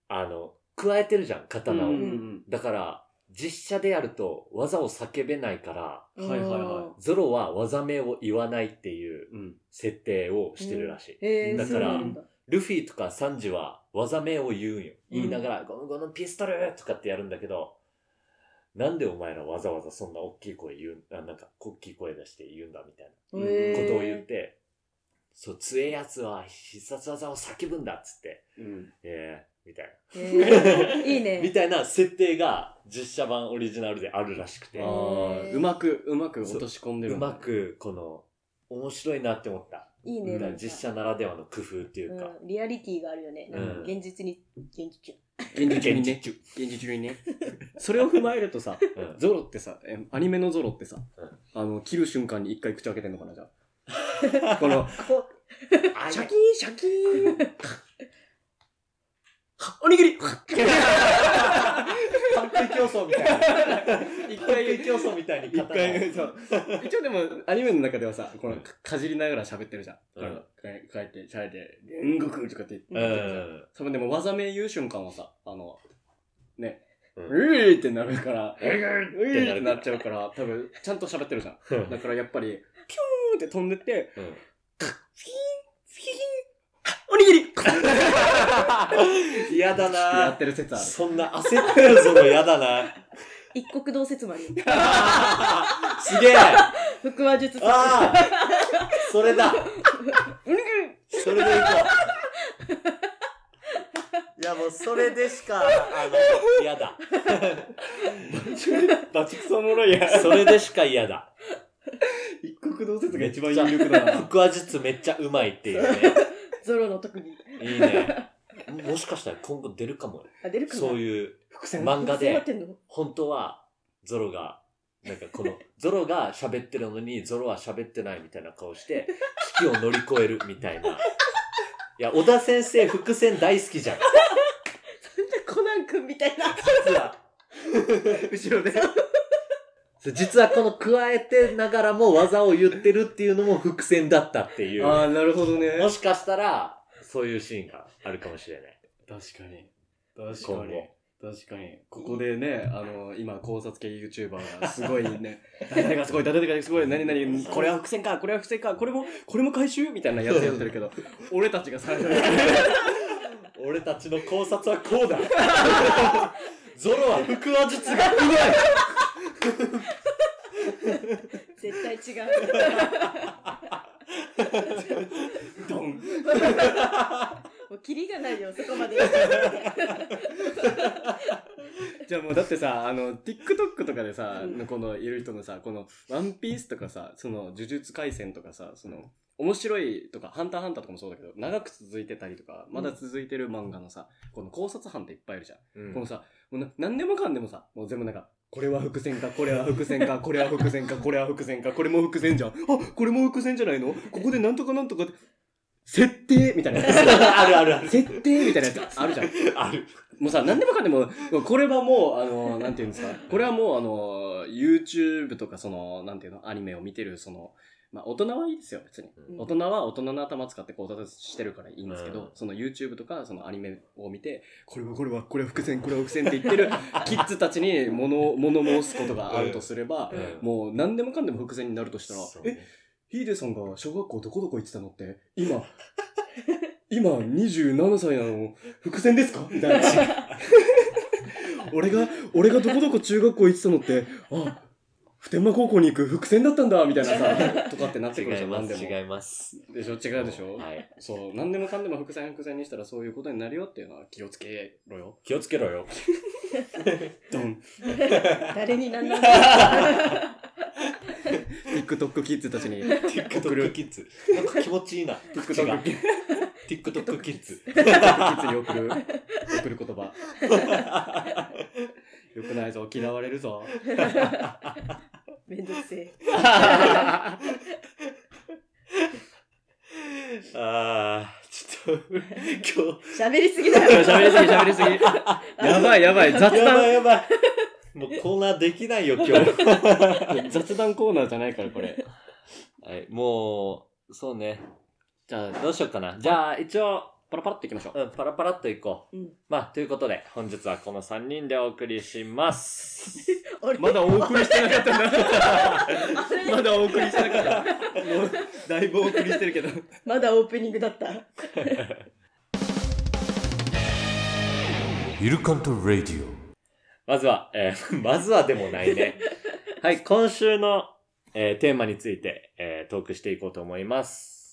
[SPEAKER 2] あの、加えてるじゃん、刀を。
[SPEAKER 4] うんうん
[SPEAKER 2] だから、実写でやると技を叫べないから、
[SPEAKER 3] うん。
[SPEAKER 4] はいはいは
[SPEAKER 2] ゾロは技名を言わないっていう
[SPEAKER 4] うんうん
[SPEAKER 2] 設定をしてるらしい。
[SPEAKER 3] い。えー、
[SPEAKER 2] だ
[SPEAKER 3] だ
[SPEAKER 2] か
[SPEAKER 3] からら、
[SPEAKER 2] ルフィとかサンジは技名を言うんよ。言いながら、
[SPEAKER 3] う
[SPEAKER 2] ゴムゴムピストルとかってやるんだけど、なんでお前らわざわざそんな大きい声言うん、あなんか大きい声出して言うんだみたいな。
[SPEAKER 3] えー
[SPEAKER 2] ことを言っ。て、そう、強えやつは必殺技を叫ぶんだっつって、
[SPEAKER 4] うん
[SPEAKER 2] ええみたい
[SPEAKER 3] えーいい
[SPEAKER 2] (laughs) な。み
[SPEAKER 3] ね。
[SPEAKER 2] たいな設定が実写版オリジナルであるらしくて、
[SPEAKER 3] あ
[SPEAKER 2] う
[SPEAKER 3] えー
[SPEAKER 4] うまくうまく落とし込んでるんだ
[SPEAKER 2] まく、この、面白いなって思った。
[SPEAKER 3] いいね。なんか
[SPEAKER 2] 実写ならではの工夫っていうか。
[SPEAKER 3] うんリアリティがあるよね。なんか現実に、現実。
[SPEAKER 4] 現実にね現実にねそれを踏まえるとさ
[SPEAKER 2] うん
[SPEAKER 4] ゾロってさえアニメのゾロってさ、
[SPEAKER 2] うん
[SPEAKER 4] あの切る瞬間に一回口開けてんのかなじゃ
[SPEAKER 2] (laughs)
[SPEAKER 4] あこの
[SPEAKER 2] あ
[SPEAKER 4] シャキーンシャキーンおにぎ (laughs) り
[SPEAKER 2] 完璧競争みたいな。一回競争みたいに
[SPEAKER 4] 一
[SPEAKER 2] 勝たない
[SPEAKER 4] 回、そう。一応でも、アニメの中ではさ、この、かかじりながら喋ってるじゃん。
[SPEAKER 2] うん
[SPEAKER 4] これ帰って、帰って、煉獄とかって
[SPEAKER 2] う
[SPEAKER 4] 言ってるじゃん。
[SPEAKER 2] ん。
[SPEAKER 4] 多分でも、技名言う瞬間はさ、あの、ね、
[SPEAKER 2] う
[SPEAKER 4] うんーってなるから、
[SPEAKER 2] っ
[SPEAKER 4] う
[SPEAKER 2] てなる
[SPEAKER 4] ーってなっちゃうから、多分、ちゃんと喋ってるじゃん。だからやっぱり、ピューンって飛んでって、
[SPEAKER 2] うん
[SPEAKER 4] ヒヒンおにぎり
[SPEAKER 2] 嫌だ
[SPEAKER 4] や
[SPEAKER 2] な
[SPEAKER 4] ってる説ある。
[SPEAKER 2] そんな焦ってるぞの嫌だな
[SPEAKER 3] 一国同説もあるよ。
[SPEAKER 2] すげえあ
[SPEAKER 3] 腹話術説。
[SPEAKER 2] あーそれだ
[SPEAKER 3] うんうん
[SPEAKER 2] それでいこういやもうそれでしかあの嫌だ
[SPEAKER 6] バチクソおもろいや
[SPEAKER 2] それでしか嫌だ
[SPEAKER 6] 一国同説
[SPEAKER 2] が
[SPEAKER 6] が
[SPEAKER 2] 一
[SPEAKER 6] 一
[SPEAKER 2] 番
[SPEAKER 6] 番
[SPEAKER 2] 有
[SPEAKER 6] 有
[SPEAKER 2] 力
[SPEAKER 6] 力だな。
[SPEAKER 2] 腹話術めっちゃうまいっていうね
[SPEAKER 3] ゾロの特に。
[SPEAKER 2] いいねもしかしたら今後出るかもよ
[SPEAKER 3] あ、出るかな
[SPEAKER 2] そういう
[SPEAKER 6] 伏
[SPEAKER 2] 漫画
[SPEAKER 3] そうな
[SPEAKER 2] で
[SPEAKER 3] ってんの (laughs)
[SPEAKER 2] 本当はゾロがなんかこのゾロが喋ってるのにゾロは喋ってないみたいな顔して危機を乗り越えるみたいないや小田先生伏線大好きじゃん
[SPEAKER 3] そんなコナン君みたいな。
[SPEAKER 2] 実 (laughs) は
[SPEAKER 4] 後ろで。
[SPEAKER 2] 実はこの加えてながらも技を言ってるっていうのも伏線だったっていう
[SPEAKER 4] ああ、なるほどね。
[SPEAKER 2] もしかしたらそういうシーンがあるかもしれない
[SPEAKER 4] 確かに。確
[SPEAKER 2] 今
[SPEAKER 4] かに。
[SPEAKER 2] 後
[SPEAKER 4] 確かに。ここでね、あの、今、考察系 YouTuber がすごい (laughs) ね、誰々がすごい、誰々がすごい、何々、これは伏線か、これは伏線か、これも、これも回収みたいなやつやってるけど、俺たちが最初に。
[SPEAKER 2] 俺たちの考察はこう (laughs) だゾロは腹話術がうまい
[SPEAKER 3] 絶対違う。
[SPEAKER 4] (laughs) ドン
[SPEAKER 3] もうキリがないよ、そこま
[SPEAKER 4] (laughs)
[SPEAKER 3] で。
[SPEAKER 4] じゃあもうだってさ、あの、TikTok とかでさ
[SPEAKER 3] うん、
[SPEAKER 4] このいる人のさ、この、ワンピースとかさ、その、呪術廻戦とかさ、その、面白いとか、ハンターハンターとかもそうだけど、長く続いてたりとか、まだ続いてる漫画のさ、この考察班っていっぱいいるじゃん。
[SPEAKER 2] うん
[SPEAKER 4] このさ、もうな何でもかんでもさ、もう全部なんか、これは伏線か、これは伏線
[SPEAKER 2] (laughs)
[SPEAKER 4] か、これは伏線か、これは伏線か、これも伏線じゃん。あ、これも伏線じゃないのここでなんとかなんとかって、設定みたいなやつ。
[SPEAKER 2] (laughs) あるあるあ (laughs) る
[SPEAKER 4] 設定みたいなやつあるじゃん。
[SPEAKER 2] ある
[SPEAKER 4] もうさ、何でもかんでも、これはもう、あの、なんていうんですか、これはもう、あの、YouTube とか、その、なんていうの、アニメを見てる、その、まあ、大人はいいですよ、別に。大人は大人の頭使って考察してるからいいんですけど、
[SPEAKER 2] うん
[SPEAKER 4] その YouTube とかそのアニメを見て、これはこれは、これは伏線、これは伏線って言ってる (laughs) キッズたちに (laughs) 物を物申すことがあるとすれば、
[SPEAKER 2] うん
[SPEAKER 4] もう何でもかんでも伏線になるとしたら、
[SPEAKER 2] そう
[SPEAKER 4] え、ヒデさんが小学校どこどこ行ってたのって、今、 (laughs) 今27歳なの、伏線ですかみたいな。 (laughs) 俺が、俺がどこどこ中学校行ってたのって、あ、普天間高校に行く伏線だったんだみたいなさ、とかってなってくる
[SPEAKER 2] 違
[SPEAKER 4] じ
[SPEAKER 2] い
[SPEAKER 4] ゃん、な
[SPEAKER 2] ま
[SPEAKER 4] んですも。
[SPEAKER 2] 違います
[SPEAKER 4] でしょ違うでしょ、
[SPEAKER 2] はい
[SPEAKER 4] そう、何でもかんでも伏線伏線にしたらそういうことになるよっていうのは気をつけろよ。
[SPEAKER 2] 気をつけろよ
[SPEAKER 4] ドン。
[SPEAKER 3] 誰になんなんだ
[SPEAKER 4] TikTok キッズたちに。
[SPEAKER 2] TikTok キッズなんか気持ちいいな口が
[SPEAKER 4] TikTok キッ
[SPEAKER 2] TikTok キッズ
[SPEAKER 4] ズに送る、送る言葉。 (laughs) よくないぞ、嫌われるぞ。
[SPEAKER 3] (laughs) めんどくせえ。
[SPEAKER 2] あーちょっと今
[SPEAKER 3] 喋りすぎだよ。
[SPEAKER 4] 喋りすぎ、喋
[SPEAKER 3] (laughs)
[SPEAKER 4] りすぎ。やばい、やばい、雑
[SPEAKER 2] 日やばい
[SPEAKER 4] 談。
[SPEAKER 2] やばいもうコーナーできないよ今日は
[SPEAKER 4] 雑談コーナーじゃないから、これ。
[SPEAKER 2] いもうそうね
[SPEAKER 4] じゃあ、
[SPEAKER 2] どうしようかなじゃあ一応
[SPEAKER 4] パラパラっていきましょう。
[SPEAKER 2] うん、パラパラっといこう、
[SPEAKER 3] うん
[SPEAKER 2] まあということで本日はこの3人でお送りします
[SPEAKER 3] 俺
[SPEAKER 4] まだお送りしてなかったん
[SPEAKER 3] (laughs) あ
[SPEAKER 4] だ。
[SPEAKER 3] れ
[SPEAKER 4] まだお送りしてなかった。もう (laughs) だいぶお送りしてるけど。
[SPEAKER 3] まだオープニングだった。
[SPEAKER 7] イルカント・ラディ
[SPEAKER 2] まずは、えー (laughs) まずはでもない
[SPEAKER 3] (laughs)
[SPEAKER 2] ね。はい、今週の、えーテーマについて、えートークしていこうと思います。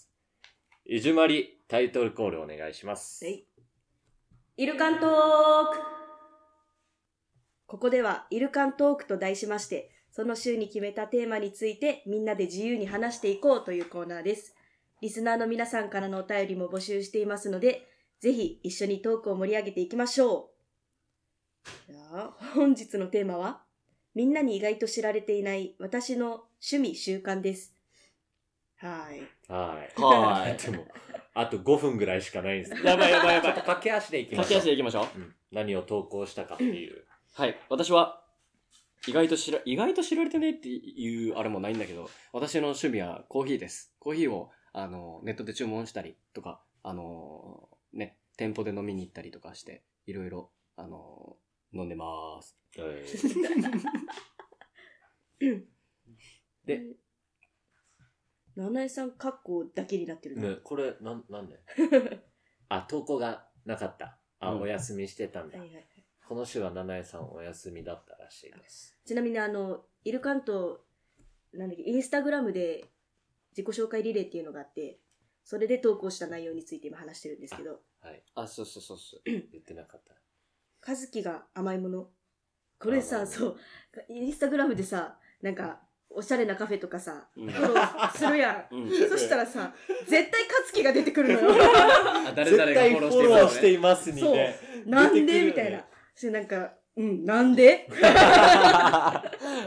[SPEAKER 2] いじゅまり、タイトルコールお願いします。
[SPEAKER 3] はい。イルカントークここでは、イルカントークと題しまして、その週に決めたテーマについてみんなで自由に話していこうというコーナーです。リスナーの皆さんからのお便りも募集していますので、ぜひ一緒にトークを盛り上げていきましょう。じゃあ、本日のテーマは、みんなに意外と知られていない私の趣味習慣です。はい。
[SPEAKER 2] はーい。
[SPEAKER 4] はーい
[SPEAKER 2] でも、あと5分ぐらいしかないんです。やばいやばいやばい。ちょっと駆け足でいきま
[SPEAKER 4] 駆
[SPEAKER 2] し
[SPEAKER 4] け
[SPEAKER 2] ょう
[SPEAKER 4] 足。でいきましょ
[SPEAKER 2] う
[SPEAKER 4] う。
[SPEAKER 2] ん何を投稿したかっていう。
[SPEAKER 4] はい。私は、意外と知ら、意外と知られてねっていうあれもないんだけど、私の趣味はコーヒーです。コーヒーを、あの、ネットで注文したりとか、あの、ね、店舗で飲みに行ったりとかして、いろいろ、あの、飲んでまーす。
[SPEAKER 2] えー
[SPEAKER 4] で
[SPEAKER 3] 七重さん格好だけになってるな、
[SPEAKER 2] ね、これ、なん、なんで
[SPEAKER 3] (laughs)
[SPEAKER 2] あ、投稿がなかった。あ、
[SPEAKER 4] うん
[SPEAKER 2] お休みしてたんだ
[SPEAKER 3] はい。はい、
[SPEAKER 2] この週は七重さんお休みだったらしいです。
[SPEAKER 3] ちなみにあのイルカントなんだっけインスタグラムで自己紹介リレーっていうのがあってそれで投稿した内容について今話してるんですけど
[SPEAKER 2] はい。
[SPEAKER 4] あ、そうそうそうそう。
[SPEAKER 2] 言ってなかった。
[SPEAKER 3] 和樹が甘いものこれ
[SPEAKER 2] あ
[SPEAKER 3] さ
[SPEAKER 2] ー
[SPEAKER 3] そうインスタグラムでさなんかおしゃれなカフェとかさ
[SPEAKER 2] (laughs)
[SPEAKER 4] うん
[SPEAKER 3] フォローする
[SPEAKER 4] (laughs)
[SPEAKER 3] や
[SPEAKER 4] うん。
[SPEAKER 3] んそしたらさ絶対和樹が出てくるのよ (laughs)
[SPEAKER 4] あ、誰々がフォ
[SPEAKER 2] 絶
[SPEAKER 4] ローして
[SPEAKER 2] 対
[SPEAKER 4] い
[SPEAKER 2] フォローして
[SPEAKER 4] る、ね。
[SPEAKER 2] いますにね。
[SPEAKER 3] なん
[SPEAKER 2] 出てく
[SPEAKER 3] で
[SPEAKER 2] る
[SPEAKER 3] みたいなそしてなんかうんなんで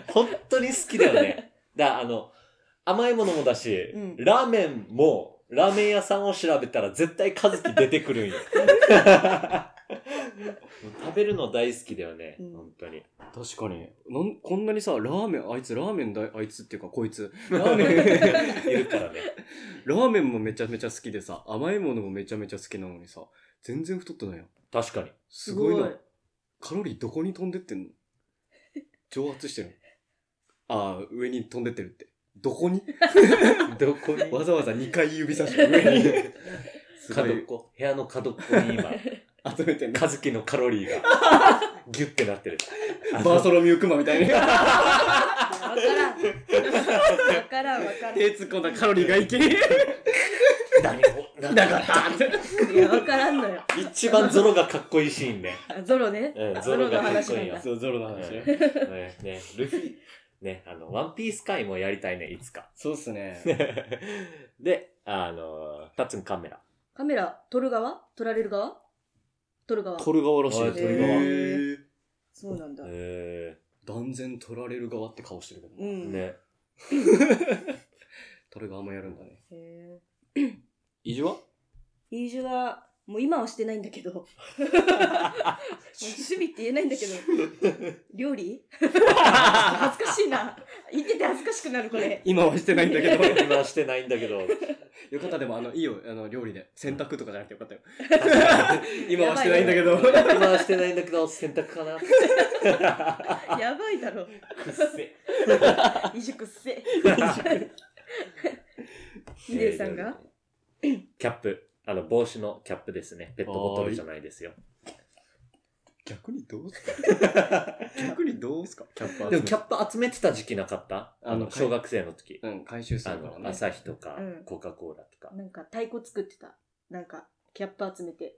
[SPEAKER 2] 本当に好きだよね。だ、あの、甘いものもだし、
[SPEAKER 3] うん
[SPEAKER 2] ラーメンも、ラーメン屋さんを調べたら絶対カズキ出てく (laughs) るんよ。食べるの大好きだよね、
[SPEAKER 3] うん
[SPEAKER 2] 本当に。
[SPEAKER 4] 確かになん。こんなにさ、ラーメン、あいつラーメンだ、あいつっていうかこい
[SPEAKER 2] (laughs)
[SPEAKER 4] つ。ラーメン。
[SPEAKER 2] いるからね。
[SPEAKER 4] ラーメンもめちゃめちゃ好きでさ、甘いものもめちゃめちゃ好きなのにさ、全然太ってないよ。
[SPEAKER 2] 確かに。
[SPEAKER 4] すごいな。カロリーどこに飛んでってんの (laughs) 蒸発してるのああ、上に飛んでってるって。どこ (laughs) に
[SPEAKER 2] どこに
[SPEAKER 4] わざわざ2回指差して上に (laughs) すご
[SPEAKER 2] 角っ
[SPEAKER 4] い
[SPEAKER 2] こ。部屋の角っこに今、
[SPEAKER 4] 集めてんだ。
[SPEAKER 2] カズキのカロリーが、ギュッてなってる。あ
[SPEAKER 4] バ
[SPEAKER 2] の
[SPEAKER 4] ーソロミュークマみたいに
[SPEAKER 3] わからんわからんわからん
[SPEAKER 4] (laughs) 手突っ込んだカロリーがいけ
[SPEAKER 2] 何も、
[SPEAKER 4] だから
[SPEAKER 3] いや、わからんのよ。
[SPEAKER 2] 一番ゾロがかっこいいシーンね。
[SPEAKER 3] あゾロね。
[SPEAKER 2] うん、ゾ
[SPEAKER 3] ゾ
[SPEAKER 2] ロ
[SPEAKER 3] ロ
[SPEAKER 2] が
[SPEAKER 3] の
[SPEAKER 2] かっ
[SPEAKER 3] 話
[SPEAKER 2] こ
[SPEAKER 3] ない
[SPEAKER 2] い
[SPEAKER 3] ん
[SPEAKER 2] よ
[SPEAKER 3] だ。。
[SPEAKER 4] そう、ゾロの
[SPEAKER 2] うん
[SPEAKER 4] 話ね。
[SPEAKER 2] ねね、ルフィ、ね、あの、ワンピース回もやりたいね、いつか。 (laughs)
[SPEAKER 4] そうっすね。
[SPEAKER 2] で、あの、タツンカメラ。
[SPEAKER 3] カメラ、撮る側撮られる側撮る側。
[SPEAKER 4] (laughs) 取る側らしい
[SPEAKER 2] お
[SPEAKER 4] よ。
[SPEAKER 2] い
[SPEAKER 4] 取
[SPEAKER 2] 取
[SPEAKER 4] る
[SPEAKER 2] る側
[SPEAKER 4] 側。
[SPEAKER 3] へそうなんだ。
[SPEAKER 2] え
[SPEAKER 4] 断然取られる側って顔してるけど。
[SPEAKER 3] う
[SPEAKER 2] ー、
[SPEAKER 3] ん。へ
[SPEAKER 2] ね。
[SPEAKER 4] 取る側もやるんだね。
[SPEAKER 3] え。
[SPEAKER 4] 異常は
[SPEAKER 3] イージュは、もう今はしてないんだけど。もう趣味って言えないんだけど。料理恥ずかしいな。言ってて恥ずかしくなる、これ。
[SPEAKER 4] 今はしてないんだけど。
[SPEAKER 2] 今はしてないんだけど、
[SPEAKER 4] よかった、でも、あの、いいよ、あの、料理で。洗濯とかじゃなくてよかっ
[SPEAKER 2] (laughs)
[SPEAKER 4] たよ。
[SPEAKER 3] 今はしてないんだ
[SPEAKER 4] けど
[SPEAKER 2] 今はしてないんだけど、洗濯かな。く
[SPEAKER 3] やばいだ
[SPEAKER 2] (laughs)
[SPEAKER 3] ろ。
[SPEAKER 2] っせ。
[SPEAKER 3] イージュくっせ。ヒデさんが
[SPEAKER 2] キャップ。あの、帽子のキャップですね。ペットボトルじゃないですよ。
[SPEAKER 4] 逆にどうすか逆にどうすかキャップ集め
[SPEAKER 2] で
[SPEAKER 4] て
[SPEAKER 2] も、キャップ集めてた時期なかったあ
[SPEAKER 4] あの
[SPEAKER 2] の、小学生の時。
[SPEAKER 4] うん、回収す
[SPEAKER 2] あ
[SPEAKER 4] るから
[SPEAKER 2] の、
[SPEAKER 4] ね。
[SPEAKER 2] 朝日とか
[SPEAKER 3] うん、
[SPEAKER 2] コカ・コーラとか。
[SPEAKER 3] なんか太鼓作ってた。なんか、キャップ集めて。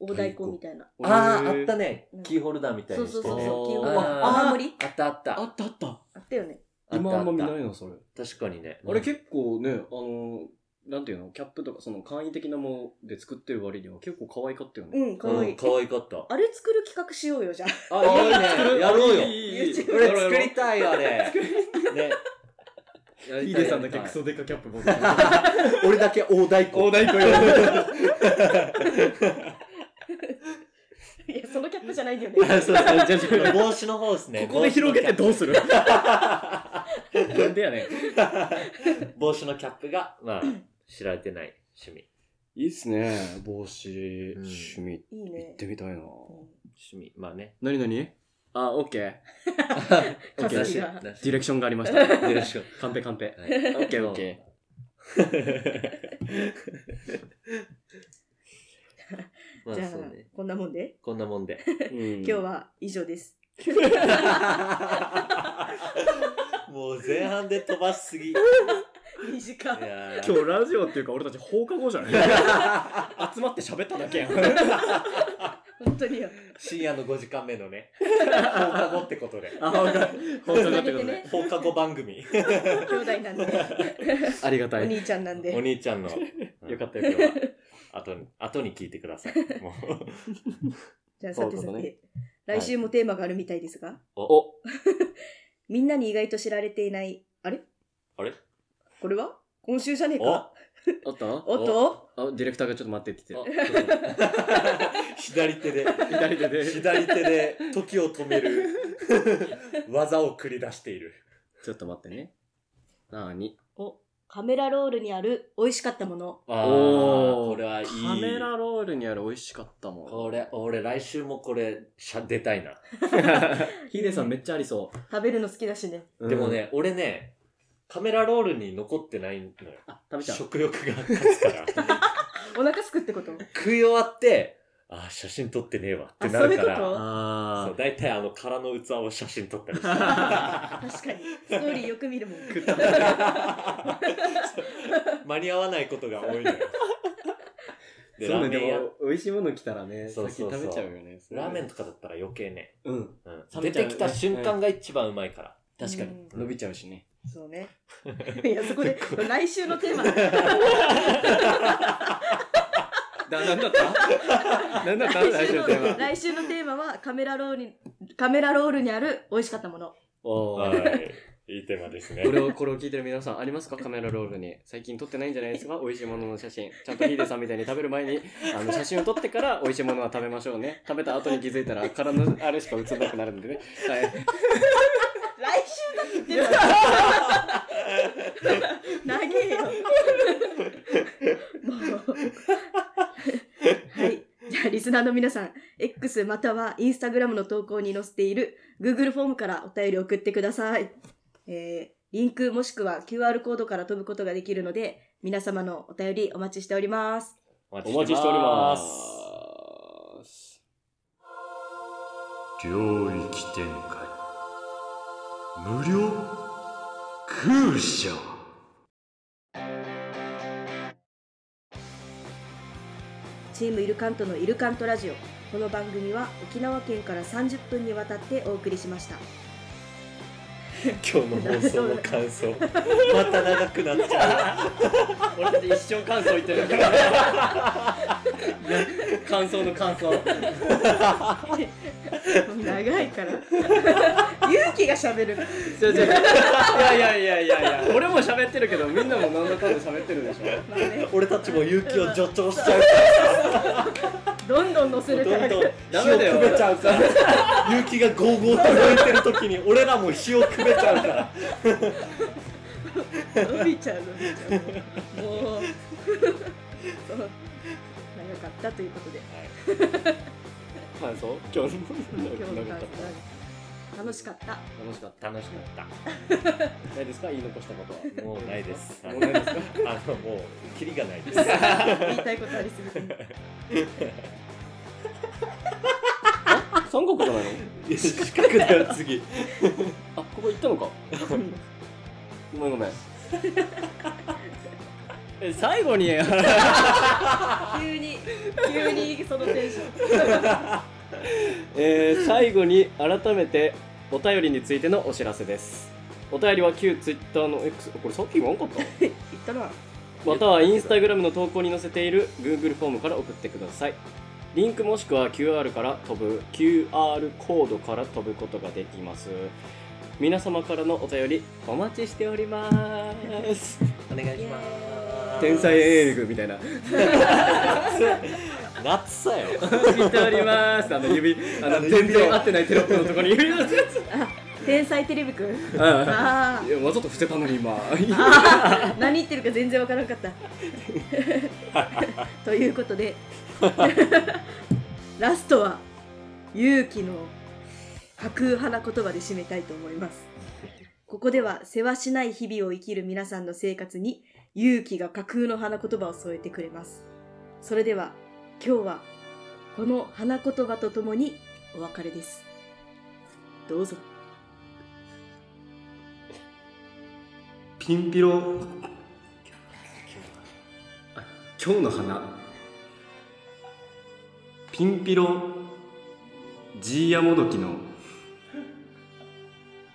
[SPEAKER 3] 大太鼓みたいな。
[SPEAKER 2] ああ、
[SPEAKER 4] へ
[SPEAKER 2] あったね
[SPEAKER 3] うん。
[SPEAKER 2] キーホルダーみたい
[SPEAKER 3] そう
[SPEAKER 2] にし
[SPEAKER 3] そ
[SPEAKER 2] て
[SPEAKER 3] うそう
[SPEAKER 2] ね。
[SPEAKER 3] そう。キー
[SPEAKER 4] あ
[SPEAKER 3] ホ
[SPEAKER 4] ー
[SPEAKER 3] ルダー
[SPEAKER 2] あー
[SPEAKER 3] お守り
[SPEAKER 2] あったあった。
[SPEAKER 4] あったあった。
[SPEAKER 3] あったよね。
[SPEAKER 4] 今あんま見ない
[SPEAKER 2] い。
[SPEAKER 4] な、それ。
[SPEAKER 2] 確かにね。
[SPEAKER 4] あ
[SPEAKER 2] う
[SPEAKER 4] れ
[SPEAKER 2] ん
[SPEAKER 4] 結構ね、あの、なんていうのキャップとか、その簡易的なもので作ってる割には結構可愛かったよね。
[SPEAKER 3] うん、かわいい。
[SPEAKER 2] うん可愛かった。
[SPEAKER 3] あれ作る企画しようよ、じゃあ。
[SPEAKER 2] あ、いいね。やろうよ。
[SPEAKER 3] YouTube
[SPEAKER 2] 俺作りたいよ、あ
[SPEAKER 4] (laughs)
[SPEAKER 2] れ。ね。
[SPEAKER 4] ヒデさんだけクソデカキャップ持ってる。 (laughs)
[SPEAKER 2] 俺だけ大太鼓。
[SPEAKER 4] 大鼓よ。
[SPEAKER 3] (laughs) いや、そのキャップじゃないんだよね。
[SPEAKER 2] そうそうそう帽子の方ですね。
[SPEAKER 4] ここで広げてどうするなんでやねん。
[SPEAKER 2] (laughs) 帽子のキャップが、まあ、知られてない趣味。
[SPEAKER 4] いいっすね。帽子、趣味、
[SPEAKER 3] いい
[SPEAKER 4] 行っ
[SPEAKER 3] ね。
[SPEAKER 4] てみたいな。
[SPEAKER 3] うん
[SPEAKER 2] 趣味。まあね。
[SPEAKER 4] なになにあ、オッ
[SPEAKER 2] (laughs)
[SPEAKER 4] ケー。オッケ
[SPEAKER 3] な
[SPEAKER 4] ーだ
[SPEAKER 3] し
[SPEAKER 4] し。
[SPEAKER 3] な
[SPEAKER 4] ディレクションがありまし
[SPEAKER 2] デ
[SPEAKER 4] た。
[SPEAKER 2] ィレクション。
[SPEAKER 4] カンペカンペ。
[SPEAKER 2] (laughs) オッ
[SPEAKER 4] ケーオッケ
[SPEAKER 2] ー。 (laughs) まあ
[SPEAKER 3] じゃあ
[SPEAKER 2] そうね。、
[SPEAKER 3] こんなもんで。
[SPEAKER 2] こんなもん
[SPEAKER 4] (laughs)
[SPEAKER 2] で。
[SPEAKER 3] 今
[SPEAKER 4] 今
[SPEAKER 3] 日。は以上です。
[SPEAKER 2] もう前半で飛ばしすぎ。い
[SPEAKER 3] (laughs) 2時間。
[SPEAKER 2] や
[SPEAKER 4] 今日ラジオっていうか俺たち放課後じゃな
[SPEAKER 2] (laughs)
[SPEAKER 4] い集まって喋っただけやん。あ
[SPEAKER 3] 本当によ。
[SPEAKER 2] 深夜の5時間目の
[SPEAKER 4] (laughs)
[SPEAKER 2] ね、放課後ってことで。
[SPEAKER 4] 本当本当だ
[SPEAKER 3] や
[SPEAKER 4] って
[SPEAKER 3] めて
[SPEAKER 4] ことね。
[SPEAKER 3] ね。
[SPEAKER 2] 放課後番組。
[SPEAKER 3] (laughs) 兄弟なんで。
[SPEAKER 4] ありが
[SPEAKER 3] お
[SPEAKER 4] たい。
[SPEAKER 3] 兄ちゃんなんで。
[SPEAKER 2] お兄ちゃんの。
[SPEAKER 4] よかったたよ、今日は。
[SPEAKER 2] (laughs) 後に、後に聞いてください。もう。
[SPEAKER 3] じゃあ、さて
[SPEAKER 4] そ
[SPEAKER 3] さ
[SPEAKER 4] うだね
[SPEAKER 3] て。来週もテーマがあるみたいですが、
[SPEAKER 2] お、
[SPEAKER 3] みんなに意外と知られていない、あれ
[SPEAKER 2] あれ
[SPEAKER 3] これは今週じゃねえ
[SPEAKER 2] お
[SPEAKER 3] か。
[SPEAKER 4] あったあ
[SPEAKER 3] おっと
[SPEAKER 4] ディレクターがちょっと待ってって言って
[SPEAKER 2] (laughs) 左手で、
[SPEAKER 4] 左手で
[SPEAKER 2] 左手で時を止める技を繰り出している。
[SPEAKER 4] ちょっと待ってねなーに
[SPEAKER 3] おカメラロールにある美味しかったもの
[SPEAKER 2] ああ、
[SPEAKER 4] おー
[SPEAKER 2] これはいい。
[SPEAKER 4] カメラロールにある美味しかっ
[SPEAKER 2] (laughs)
[SPEAKER 4] たもん
[SPEAKER 2] これ、俺来週もこれ、しゃ出たいな。
[SPEAKER 4] ヒデさんめっちゃありそ
[SPEAKER 3] 食べるの好きだしね
[SPEAKER 4] う
[SPEAKER 2] でもね、俺ね、カメラロールに残ってないのよ。
[SPEAKER 4] あ食べちゃう
[SPEAKER 2] 食欲が勝つから。 (laughs)
[SPEAKER 3] お腹すくって
[SPEAKER 4] (laughs)
[SPEAKER 3] こと
[SPEAKER 2] 食い終わって、あー、写真撮ってねえわってなるか
[SPEAKER 3] あそういうこ
[SPEAKER 2] ら。そ
[SPEAKER 4] あ
[SPEAKER 2] う大体あの空の器を写真撮ったりして。
[SPEAKER 3] 確かにストーリーよく見るもん
[SPEAKER 4] 食った
[SPEAKER 2] (laughs) 間に合わないことが多い (laughs) のよ。で、ラ
[SPEAKER 4] そ
[SPEAKER 2] ー
[SPEAKER 4] うねで
[SPEAKER 2] メンや
[SPEAKER 4] も美味しいもの来たらね
[SPEAKER 2] そうそうそう
[SPEAKER 4] 先食べちゃうよね
[SPEAKER 2] ラーメンとかだったら余計ね。
[SPEAKER 4] うん
[SPEAKER 2] うん、出
[SPEAKER 4] 冷めちゃう
[SPEAKER 2] て
[SPEAKER 4] よね
[SPEAKER 2] きた瞬間が一番うまいから。
[SPEAKER 4] 確かに
[SPEAKER 3] うん
[SPEAKER 4] 伸びちゃうしね
[SPEAKER 3] そうねいやそこで来週のテ
[SPEAKER 4] (laughs)
[SPEAKER 3] ーマ
[SPEAKER 4] だ、なんだったなんだった (laughs)
[SPEAKER 3] 来
[SPEAKER 4] 来
[SPEAKER 3] 週
[SPEAKER 4] 週
[SPEAKER 3] の
[SPEAKER 4] のテーマ。
[SPEAKER 3] 来週のテーマはカメラロールにカメラロールにある美味しかったもの
[SPEAKER 4] お
[SPEAKER 2] は
[SPEAKER 4] ー
[SPEAKER 2] い。いいテーマですね
[SPEAKER 4] こ。れを、これを聞いてる皆さん、ありますかカメラロールに。最近撮ってないんじゃないですか美味しいものの写真。ちゃんとヒデさんみたいに食べる前に、 (laughs) あの、写真を撮ってから美味しいものは食べましょうね。食べた後に気づいたら、殻のあれしか映んなくなるんでね。はい。
[SPEAKER 3] 来週だって言ってるわ長えよ (laughs) もうはいじゃあリスナーの皆さん X または Instagram の投稿に載せている Google フォームからお便り送ってください、えーリンクもしくは QR コードから飛ぶことができるので皆様のお便りお待ちしております
[SPEAKER 2] お
[SPEAKER 4] お待ちしております。
[SPEAKER 7] 領域展開無料空車
[SPEAKER 3] チームイルカントのイルカントラジオこの番組は沖縄県から30分にわたってお送りしました
[SPEAKER 2] 今日の放送の感想。 (laughs) また長くなっちゃ
[SPEAKER 4] 俺だって一生感想言ってるんだから。感想の感想。
[SPEAKER 3] (laughs) 長いから
[SPEAKER 2] (laughs)
[SPEAKER 3] 勇気がしゃべる
[SPEAKER 4] 違う違ういやいやいやいやいや、俺も喋ってるけど、みんなもなんだかんだ喋ってるでしょ。
[SPEAKER 3] まあね
[SPEAKER 2] う。俺たちも勇気を助長しちゃう
[SPEAKER 3] どんどん乗せ
[SPEAKER 2] (laughs) ど
[SPEAKER 3] る
[SPEAKER 2] ん
[SPEAKER 3] タイ
[SPEAKER 2] どん
[SPEAKER 3] プ
[SPEAKER 4] ダ
[SPEAKER 2] 火
[SPEAKER 4] メ
[SPEAKER 2] を
[SPEAKER 4] だよ
[SPEAKER 2] くべちゃう (laughs) から勇気がゴーゴーと燃えてる時に俺らも火をくべちゃうから
[SPEAKER 3] 伸びちゃう伸びちゃうもうそうまあよかったということで
[SPEAKER 4] 感想今日の
[SPEAKER 3] 今日の
[SPEAKER 4] な
[SPEAKER 3] 感
[SPEAKER 4] ん
[SPEAKER 3] 想
[SPEAKER 4] か
[SPEAKER 3] 楽しかった
[SPEAKER 4] 楽しかっ
[SPEAKER 2] 楽しかった
[SPEAKER 4] ないですか言い残したことは
[SPEAKER 2] たもうないですあ
[SPEAKER 4] もうないですか
[SPEAKER 2] のもうキリがない (laughs) です
[SPEAKER 3] 言いたいことありすぎて
[SPEAKER 2] (laughs)
[SPEAKER 4] 三国じゃないの
[SPEAKER 2] 近くだよ次
[SPEAKER 4] あここ行ったのかごめんごめん (laughs) (laughs) え最後に
[SPEAKER 3] 急に急にそのテンション
[SPEAKER 4] えー最後に改めてお便りについてのお知らせですお便りは旧 Twitter の X これさっき言わんかった
[SPEAKER 3] 言ったな
[SPEAKER 4] またはインスタグラムの投稿に載せている Google フォームから送ってくださいリンクもしくは QR から飛ぶ QR コードから飛ぶことができます皆様からのお便りお待ちしております
[SPEAKER 2] お願いしま
[SPEAKER 4] 天才エールグみたいな
[SPEAKER 2] す夏さよ
[SPEAKER 4] お待ちしておりますあの指あの全然合ってないテロップのところに指出すやつ
[SPEAKER 3] 天才テレビくん
[SPEAKER 2] (laughs)
[SPEAKER 4] あ
[SPEAKER 3] ああ
[SPEAKER 4] あいやわざと伏せたのに今
[SPEAKER 3] あー何言ってるか全然わからなか
[SPEAKER 4] (laughs)
[SPEAKER 3] った。ということでラストは勇気の架空派な言葉で締めたいと思います。ここでは世話しない日々を生きる皆さんの生活に勇気が架空の花言葉を添えてくれます。それでは今日はこの花言葉とともにお別れです。どうぞ。
[SPEAKER 1] ピンピロあ今日の花ピンピロジーヤモドキの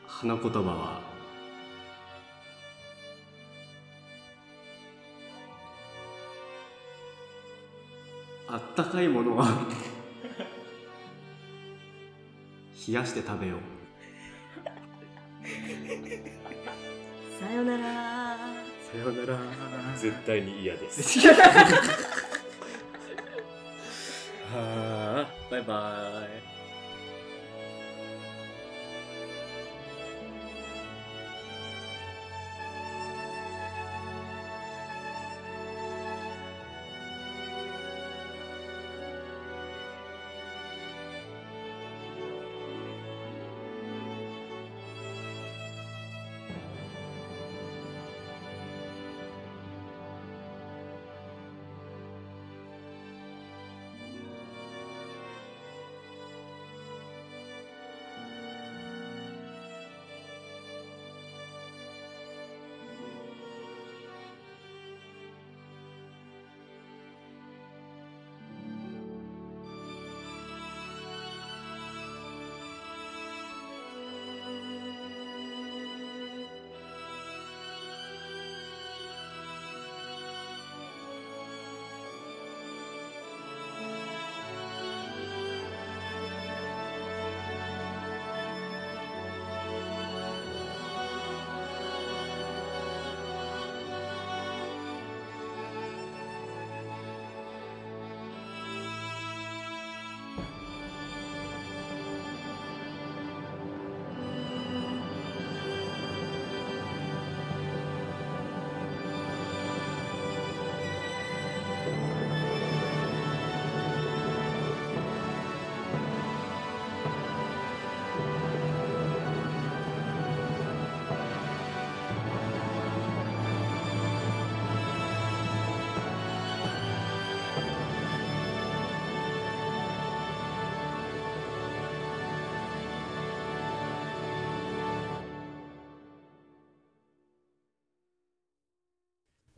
[SPEAKER 1] 花言葉はあったかいものは (laughs) 冷やして食べよう
[SPEAKER 3] さよなら。
[SPEAKER 1] さよなら。
[SPEAKER 2] 絶対に嫌です。
[SPEAKER 1] はーバイバイ。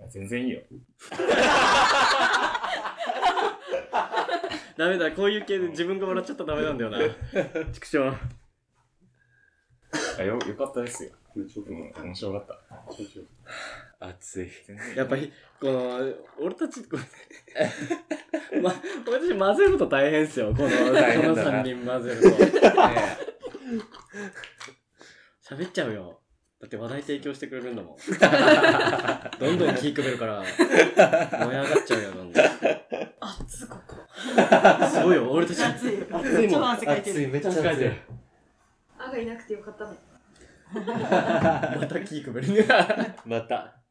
[SPEAKER 5] 全然いいよ。
[SPEAKER 4] ダメだ、こういう系で自分が笑っちゃったらダメなんだよな。畜生。
[SPEAKER 5] あよ、よかったですよ。うん面白かった。
[SPEAKER 2] 熱い。
[SPEAKER 4] やっぱり、この、俺たち、こ (laughs) れま、俺たち混ぜると大変っすよ、この、この
[SPEAKER 5] 大変だ
[SPEAKER 4] 3
[SPEAKER 5] な
[SPEAKER 4] 人混ぜると。ねえ喋っちゃうよ。だって話題提供してくれるんだ
[SPEAKER 5] (laughs)
[SPEAKER 4] もん。どんどん聞くべるから、燃え上がっちゃうよ、どんどん。
[SPEAKER 3] 熱ここ
[SPEAKER 4] すごいよ、俺たち。
[SPEAKER 3] 熱い
[SPEAKER 4] 熱いも
[SPEAKER 3] 超
[SPEAKER 4] ん。
[SPEAKER 3] 汗かいてる
[SPEAKER 2] い、めっちゃ疲れてる。
[SPEAKER 8] あがいなくてよかったね。
[SPEAKER 4] また聞くべる。
[SPEAKER 2] また。